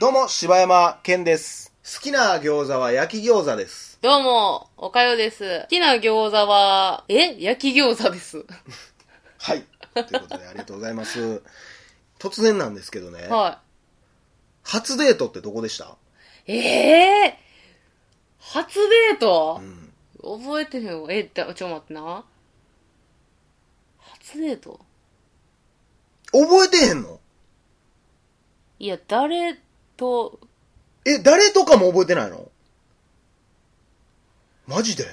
どうも、柴山健です。好きな餃子は焼き餃子です。どうも、おかよです。好きな餃子は、え焼き餃子です。はい。ということで、ありがとうございます。突然なんですけどね、は初デートってどこでしたい。えー、初デーうト、ん。覚えてへんわ。え、だちょ、待ってな。初デート覚えてへんのいや、誰と、え、誰とかも覚えてないのマジで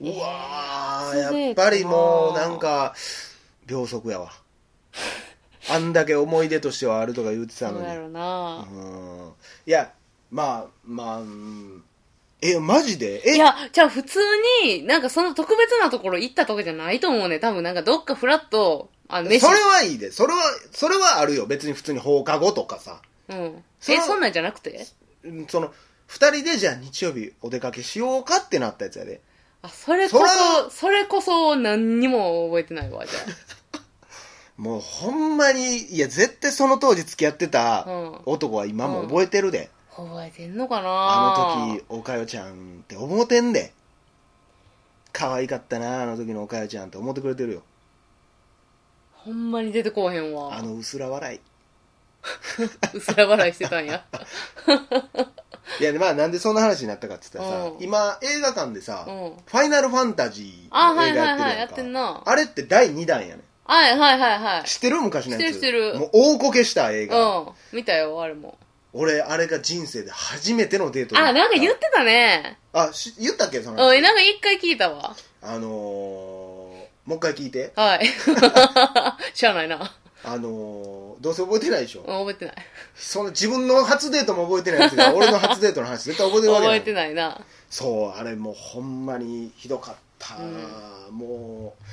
うわえー初デートー、やっぱりもうなんか、秒速やわ。あんだけ思い出としてはあるとか言ってたのどうに。やろうな。うんいや、まあ、まあ、うんえ、マジでえいや、じゃあ普通に、なんかその特別なところ行ったとかじゃないと思うね。多分なんかどっかフラッと、あ、飯。それはいいで。それは、それはあるよ。別に普通に放課後とかさ。うん。それえ、はそんなんじゃなくてうんその、二人でじゃあ日曜日お出かけしようかってなったやつやで。あ、それこそれそ、それこそ何にも覚えてないわ、じゃあ。もうほんまに、いや、絶対その当時付き合ってたうん男は今も覚えてるで。覚えてんのかなあの時、おかよちゃんって思うてんで。可愛かったな、あの時のおかよちゃんって思ってくれてるよ。ほんまに出てこうへんわあの薄ら笑い。うすら笑いしてたん やいや、まあなんでそんな話になったかって言ったらさ、うん今映画館でさ、うんファイナルファンタジーあのは映い画はやってるやんいか。はいやってんなあれって第2弾やねん。はいはいはいはい知ってる昔のやつ。知ってる知ってるもう大こけした映画。うん見たよあれも俺、あれが人生で初めてのデートだあなんか言ってたねあ、し言ったっけその話うんえなんか一回聞いたわあのー、もう一回聞いて。はい知らない な、うあのー、どうせ覚えてないでしょ。ん、覚えてないその自分の初デートも覚えてないやつ が、俺の初デートの話絶対覚えてるわけ覚なえい。てないなそう、あれもうほんまにひどかった。もう、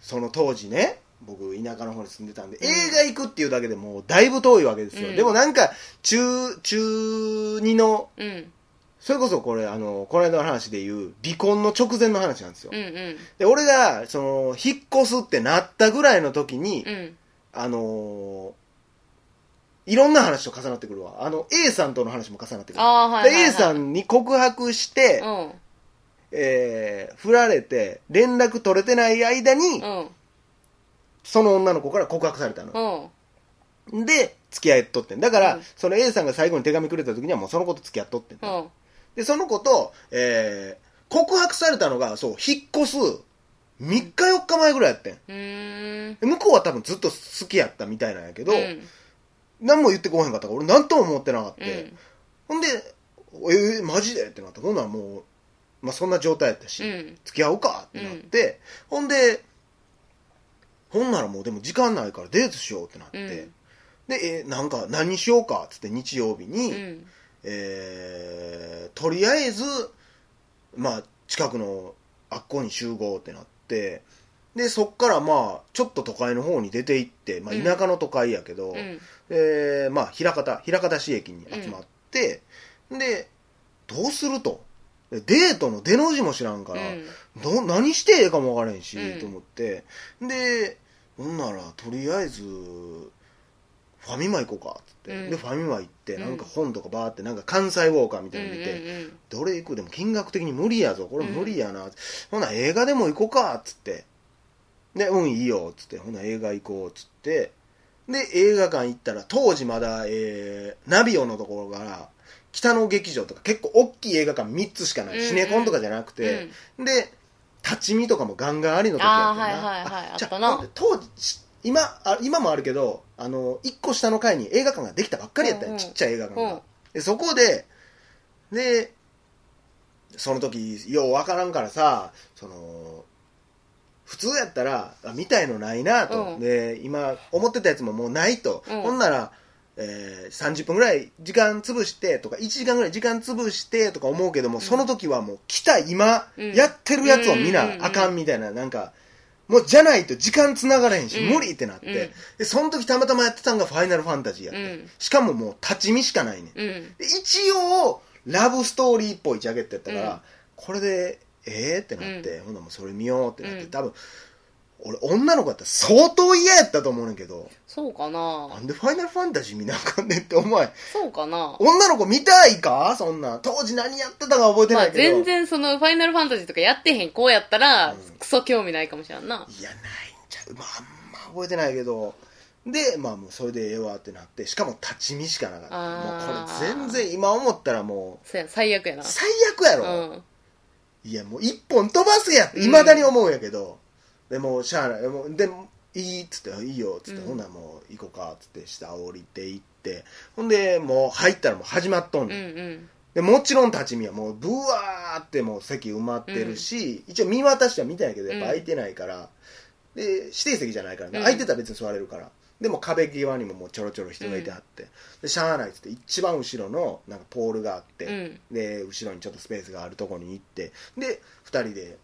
その当時ね、僕田舎の方に住んでたんで、ん映画行くっていうだけでもうだいぶ遠いわけですよ。うんでもなんか、中、中二の、うんそれこそこれ、あの、この間の話で言う、離婚の直前の話なんですよ。うんうんで、俺が、その、引っ越すってなったぐらいの時に、うんあのーいろんな話と重なってくるわ。あの、A さんとの話も重なってくる。あーはいはいはいで A さんに告白して、うんえー、振られて、連絡取れてない間にう、んその女の子から告白されたの。うんで、付き合いとってん。だから、うんその A さんが最後に手紙くれた時にはもうその子と付き合っとってんうの。んで、その子と、えー、告白されたのが、そう、引っ越す、3日4日前ぐらいやってん。うーんで向こうは多分ずっと好きやったみたいなんやけど、うん何も言ってこうへんかったから、俺何とも思ってなかった。うんほんで、えー、マジでってなった。ほんならもう、まあそんな状態やったし、うん付き合おうかってなって、ほんでほんならもうでも時間ないからデートしようってなって、うんで、えーなんか何しようかっつって日曜日に、うんえーとりあえずまあ近くのあっこに集合ってなってでそっからまあちょっと都会の方に出て行って、まあ、うん田舎の都会やけど、うんえーまあ、枚方、枚方市駅に集まって、で、どうすると。でデートの出の字も知らんから、ど何してええかもわからへんし、うんと思って。で、ほんなら、とりあえず、ファミマ行こうか、つって。うんで、ファミマ行って、うんなんか本とかバーって、なんか関西ウォーカーみたいなの見て、うんどれ行くでも金額的に無理やぞ。これ無理やな。ほな映画でも行こうか、っつって。で、うん、いいよ、つって。ほな映画行こう、つって。で、映画館行ったら、当時まだ、えー、ナビオのところから、北の劇場とか結構大きい映画館3つしかない。うんうんシネコンとかじゃなくてうんうん、で、立ち見とかもガンガンありの時やってんなあーはいはいはいじゃあったなほんで当時、し今、あ今もあるけど、あの、1個下の階に映画館ができたばっかりやったよ、うんうんちっちゃい映画館うんが。で、そこで、で、その時、ようわからんからさ、その、普通やったら、あ見たいのないなと、うんで、今、思ってたやつももうないと、うんほんなら、えー30分ぐらい時間潰してとか、1時間ぐらい時間潰してとか思うけども、その時はもう来た今、うんやってるやつを見うんうんうんなうんあかんみたいな、なんか、もうじゃないと時間つながれへんし、うん無理ってなって、うんで、その時たまたまやってたんがファイナルファンタジーやって、うんしかももう立ち見しかないねん。うんで一応ラブストーリーっぽいジャケットやったから、うんこれでええってなって、ほんならもうそれ見ようってなって、うん多分俺、女の子やったら相当嫌やったと思うねんけど、そうかななんでファイナルファンタジー見なあかんねんって、お前、そうかな女の子見たいかそんなん。当時何やってたか覚えてまなあいけど。全然そのファイナルファンタジーとかやってへん子やったら、うんクソ興味ないかもしれんな。いや、ないんちゃう。まあ、あんま覚えてないけど。で、まあもうそれでええわってなって、しかも立ち見しかなかった。もうあこーれ全然、今思ったらもそうや、最悪やう、な。最悪やろ。うん。いや、もう一本飛ばすやんって、未だに思うんやけど。でも、しゃあない。もうでも、いいっつって、いいよっつって、うんほんならもう行こうかっつって、下降りて行って。ほんで、もう入ったらもう始まっとんうんうねん。ん。でもちろん立ち見はもうブワーってもう席埋まってるし、一応見渡しては見たんやけどやっぱ空いてないから、で指定席じゃないからね、うん空いてたら別に座れるからでも壁際にももうちょろちょろ人がいてあって、でしゃあないっつって一番後ろのなんかポールがあって、うん。で後ろにちょっとスペースがあるとこに行ってで2人で、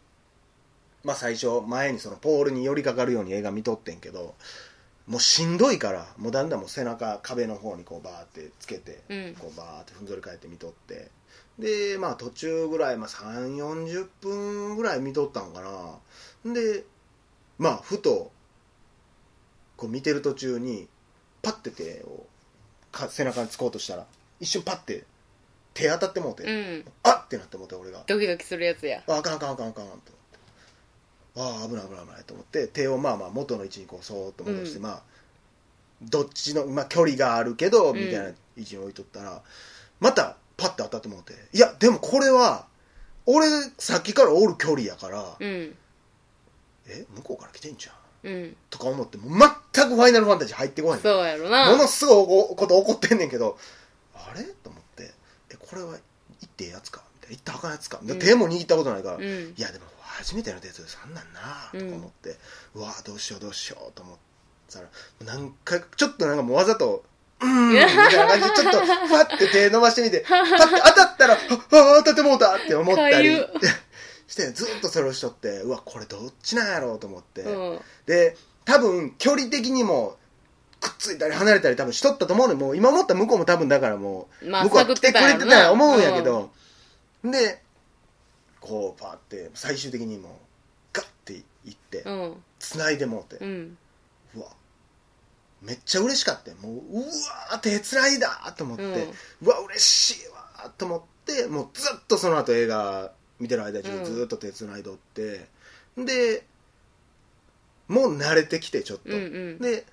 まあ、最初前にそのポールに寄りかかるように映画見とってんけどもうしんどいからもうだんだんもう背中壁の方にこうバーってつけて、うんこうバーってふんぞり返って見とってでまあ途中ぐらい、まあ、3 4 0分ぐらい見とったんかなでまあふとこう見てる途中にパッて手をか背中につこうとしたら一瞬パッて手当たってもうて、うん。あってなって思って俺がドキドキするやつや。ああかんあかんあかんあかんと思ってああ危ない危ない危ないと思って手をまあまあ元の位置にこうそーっと戻して、うんまあどっちの、まあ、距離があるけどうんみたいな位置に置いとったら、またパッて当たってもうていやでもこれは俺さっきからおる距離やから、うん。え向こうから来てんじゃんうん。とか思ってもう全くファイナルファンタジー入ってこないそうやろな。ものすごいおこと起こってんねんけどあれと思ってえこれは行ってええやつかみたいな行ったらあかんやつか、ん手も握ったことないから、ういん。やでも初めてのデートでそんなんなとか思って、うわどうしようどうしようと思ったら何回かちょっとなんかもうわざとうーんみたいな感じで ちょっとパッて手伸ばしてみてパッて当たったらああ当たってもうたって思ったりかゆっしてずっとそれをしとってうわこれどっちなんやろうと思って、うん。で多分距離的にもくっついたり離れたり多分しとったと思うねんもう今思ったら向こうも多分だからもう、まあ向こうは来てくれてたら思うんやけど、でこうパーって最終的にもうガッていってうん。繋いでもうて、うん。うわめっちゃ嬉しかったよもううわー手つないだと思って、ううんわ嬉しいわと思ってもうずっとその後映画見てる間う中んずっと手つないどって、でもう慣れてきてちょっと、うんうんで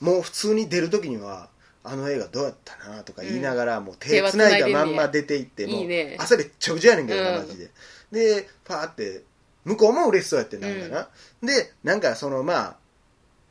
もう普通に出る時にはあの映画どうやったなとか言いながら、もう手つないだまんま出ていって手は繋いでんねやもういいね汗べっちゃくちゃやねんけどな、うんマジででパーって向こうも嬉しそうやってなんかな、でなんかそのまあ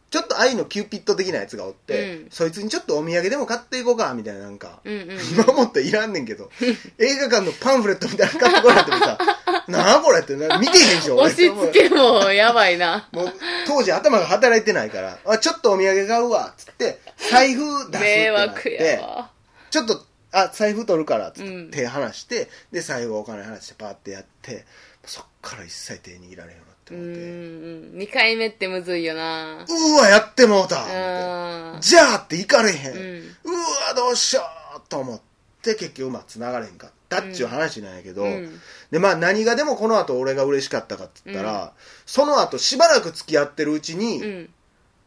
ちょっと愛のキューピッド的なやつがおって、うんそいつにちょっとお土産でも買っていこうかみたいななんか、うんうん。今思ったらいらんねんけど 映画館のパンフレットみたいなの買ってこられてもさ なあこれってな見てへんし押し付けもやばいな。もう当時頭が働いてないからあちょっとお土産買うわっつって財布出すって迷なっ惑やてわ。ちょっとあ財布取るからっつっうんて手離して、で財布お金離してパーってやってそっから一切手握られへんよううにんなって思って。うん。二回目ってむずいよな。うわ、やってもうたうんじゃあって行かれへん。ううんわ、どうしようと思って、結局、まあ、繋がれへんかったっちゅう話なんやけど、うんで、まあ、何がでもこの後俺が嬉しかったかっつったら、その後しばらく付き合ってるうちに、うん。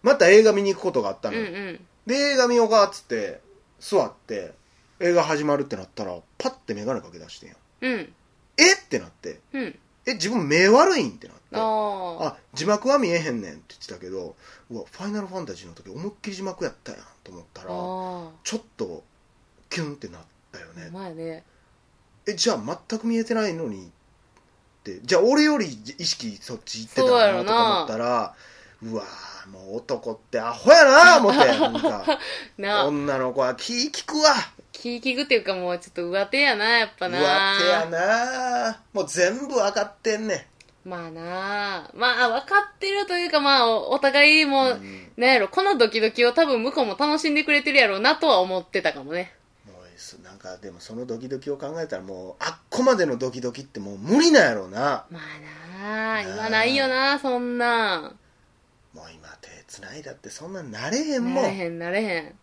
また映画見に行くことがあったうんのうよ、ん。で、映画見ようかっつって、座って、映画始まるってなったら、パッてメガネかけ出してんよ。うん。えってなって、うん。え、自分目悪いんってなって。ああ。あ字幕は見えへんねんって言ってたけどうわファイナルファンタジーの時思いっきり字幕やったやんと思ったらああ。ちょっとキュンってなったよおね前ね。えじゃあ全く見えてないのにってじゃあ俺より意識そっち行ってたそうやかなろとなか思ったらうわーもう男ってアホやなー思ってなんかな、女の子は気利くわキーキグっていうかもうちょっと上手やな、やっぱうな。わ手やなーもう全部分かってんねまあなあ、まあ分かってるというかまあおお互いも、ん、うなんやろ、このドキドキを多分向こうも楽しんでくれてるやろうなとは思ってたかもね。もうすなんかでもそのドキドキを考えたらもうあっこまでのドキドキってもう無理なんやろうなまあなあ、今ないよな、そんなん。もう今手つないだってそんなんなれへんなもれんへん、なれへん。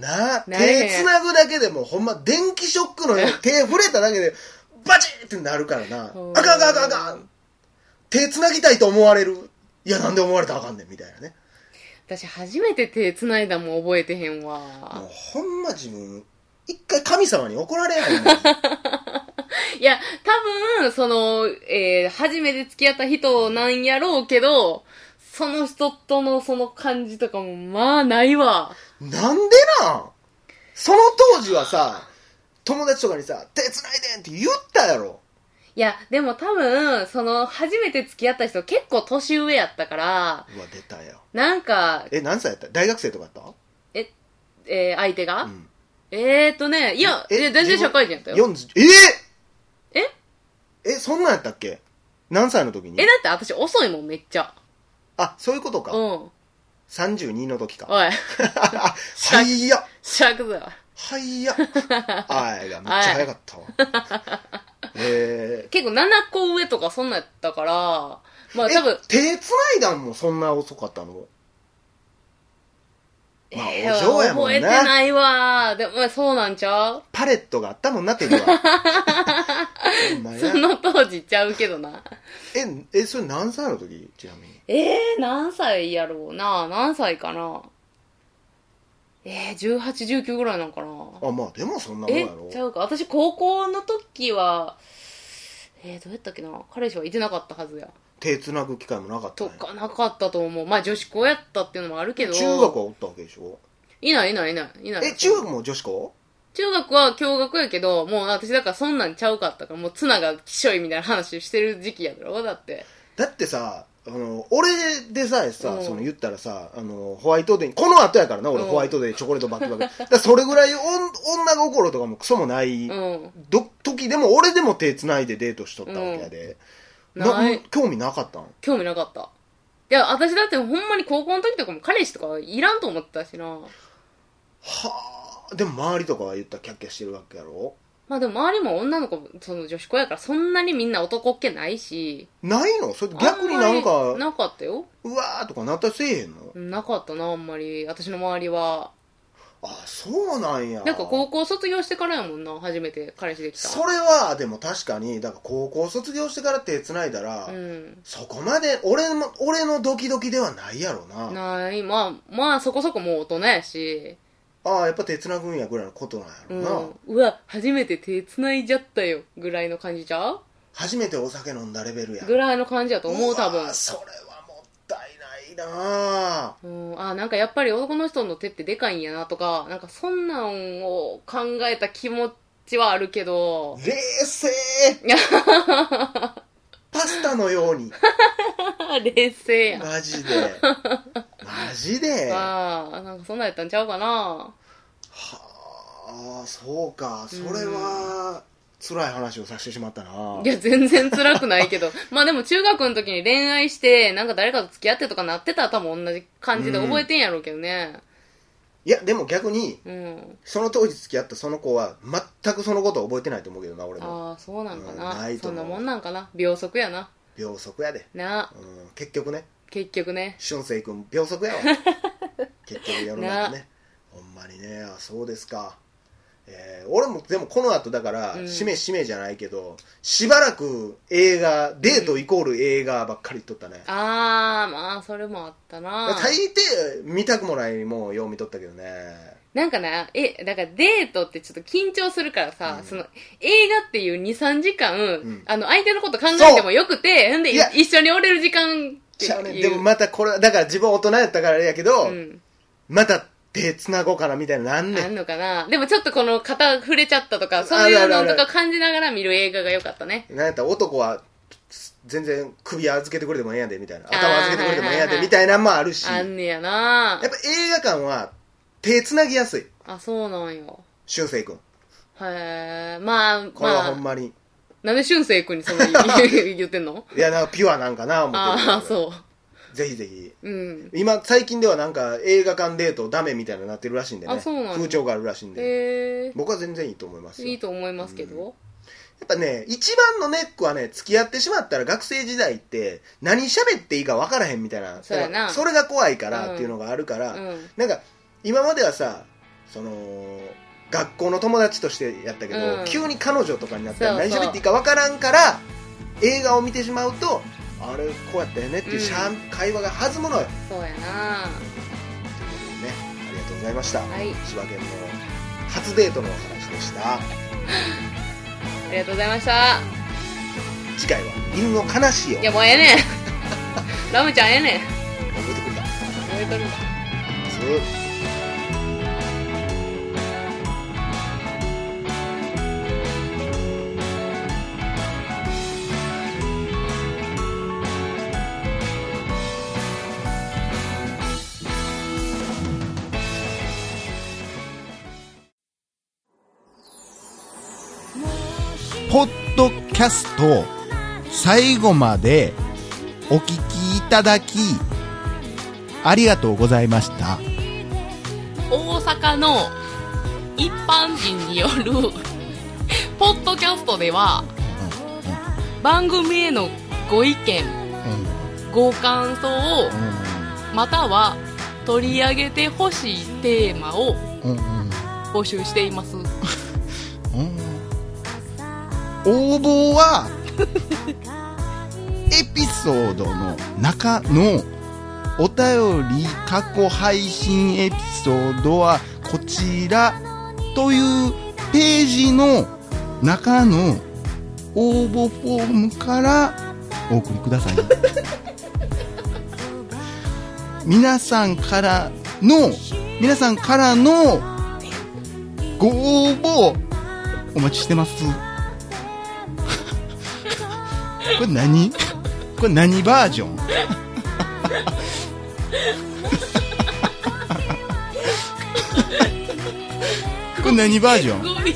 なあなれへ手んつなぐだけでもうほんま電気ショックのように手触れただけでバチッってなるからなあそうかんあかんあかんあかん手つなぎたいと思われるいや、なんで思われたらあかんねん、みたいなね。私初めて手繋いだもん覚えてへんわもう、ほんま自分、一回神様に怒られやん。いや多分その、えー、初めて付き合った人なんやろうけどその人とのその感じとかもまあないわなんでなんその当時はさ、友達とかにさ、手繋いでんって言ったやろ。いやでも多分その初めて付き合った人結構年上やったからうわ、出たよ。なんかえ、何歳やった大学生とかやっえー、相手が、たうん。えーとねいやええ全然社会人やったよ40えええそんなんやったっけ何歳の時にえだって私遅いもんめっちゃあ、そういうことか。うん32の時 か。おい はいや、シャークだわはい や。あいがめっちゃ早かったわ。え結構7個上とかそんなんやったからまー、あ多分え手繋いだんもそんな遅かったのまあえーお嬢やもんな覚えてないわでもまあそうなんちゃうパレットがあったもんな、手 には。ほんまやその当時ちゃうけどな え、え、それ何歳の時ちなみに。えー、何歳やろうな何歳かなえー、1819ぐらいなんかなあ、まあでもそんなもんやえろち。ゃうか私高校の時はえー、どうやったっけな彼氏はいてなかったはずや手繋ぐ機会もなかったんとやかなかったと思うまあ女子校やったっていうのもあるけど中学はおったわけでしょいないいないいないいないえ、中学も女子校中学は共学やけど、もう私だからそんなんちゃうかったから、もうツナがきしょいみたいな話してる時期やろだって。だってさ、あの、俺でさえさ、うんその言ったらさ、あの、ホワイトデーに、この後やからな、俺うんホワイトデーにチョコレートバックバック。だからそれぐらいおん女心とかもクソもない、うん。ど、時でも俺でも手繋いでデートしとったわけやで。うんない興味なかったん興味なかった。いや、私だってほんまに高校の時とかも彼氏とかいらんと思ってたしな。はあでも周りとかは言ったらキャッキャしてるわけやろまあでも周りも女の子、その女子校やからそんなにみんな男っ気ないし。ないのそれ逆になんあかまりなかったよ。うわーとかなったりせえへんのなかったな、あんまり。私の周りは。あそうなんやなんか高校卒業してからやもんな、初めて彼氏できた。それはでも確かにだから高校卒業してから手繋いだら、うん。そこまで俺も俺のドキドキではないやろなない、まあ、まあそこそこもう大人やし。ああやっぱ手繋ぐんやぐらいのことなんやうろな、ん、うわ初めて手繋いじゃったよぐらいの感じちゃう初めてお酒飲んだレベルやぐらいの感じだと思わうー多分それはもったいないなあうん、あなんかやっぱり男の人の手ってでかいんやなとかなんかそんなんを考えた気持ちはあるけど冷 静パスタのようにあ冷静やんマジでマジ ではああなんかそんなんやったんちゃうかなあそうかそれは辛い話をさせてしまったないや全然辛くないけど まあでも中学の時に恋愛してなんか誰かと付き合ってとかなってたら多分同じ感じで覚えてんやろうけどねいやでも逆にうんその当時付き合ったその子は全くそのことは覚えてないと思うけどな俺もああそうなんかうんなないとそん思うなもんなんかな秒速やな秒速やで、なうん、結局ね結局ね俊く君秒速や わ結局世の中ねほんまにねあそうですかえー俺もでもこの後だから、うんしめしめじゃないけどしばらく映画デートイコール映画ばっかり言っとったね、あーまあそれもあったな大抵見たくもないもんよう見とったけどねなんかなえだからデートってちょっと緊張するからさ、うんその映画っていう23時間、んあの相手のこと考えてもよくてほんでいいや一緒におれる時間ってちゃうねいでもまたこれはだから自分大人やったからあれやけど、うん、また手つなごうかなみたいななんねあんんのかなでもちょっとこの肩触れちゃったとかそういうあるあのるあとるか感じながら見る映画が良かったねなんやったら男は全然首預けてくれてもええやでみたいなあー頭預けてくれてもええやはいはいはでいみたいなんもあるしあんねやなやっぱ映画館は手つなぎやすいあそうなんよ俊く君へえまあこれはまほあんまに、なんで俊生君 にその言ってんのいやなんかピュアなんかな思って ああうそぜひぜひううん今最近ではなんか映画館デートダメみたいになってるらしいんでねあそうなんや風潮があるらしいんで、へえ僕は全然いいと思いますよいいと思いますけど、やっぱね一番のネックはね付き合ってしまったら学生時代って何喋っていいか分からへんみたいなそうやなだからそれが怖いかうんらっていうのがあるから、うんなんか今まではさその学校の友達としてやったけど、うん急に彼女とかになったらそう何そう喋っていいか分からんから映画を見てしまうとあれこうやったよねっていうしゃん、う会話が弾むのよそうやなということでねありがとうございました、はい千葉県の初デートのお話でしたありがとうございました次回は犬の悲しいをいやもうええねんラムちゃん ええねん覚えてくれた覚えとるんだそうポッドキャスト最後までお聞きいただきありがとうございました大阪の一般人による ポッドキャストでは番組へのご意見ご感想をまたは取り上げてほしいテーマを募集しています応募はエピソードの中のお便り過去配信エピソードはこちらというページの中の応募フォームからお送りください皆さんからの皆さんからのご応募お待ちしてます これ何これ何バージョンこれ何バージョンご意見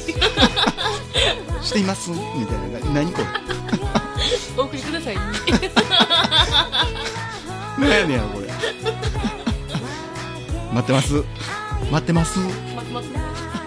していますみたいなな何これお送りください何やねんやろこれ待ってます待ってます待ってます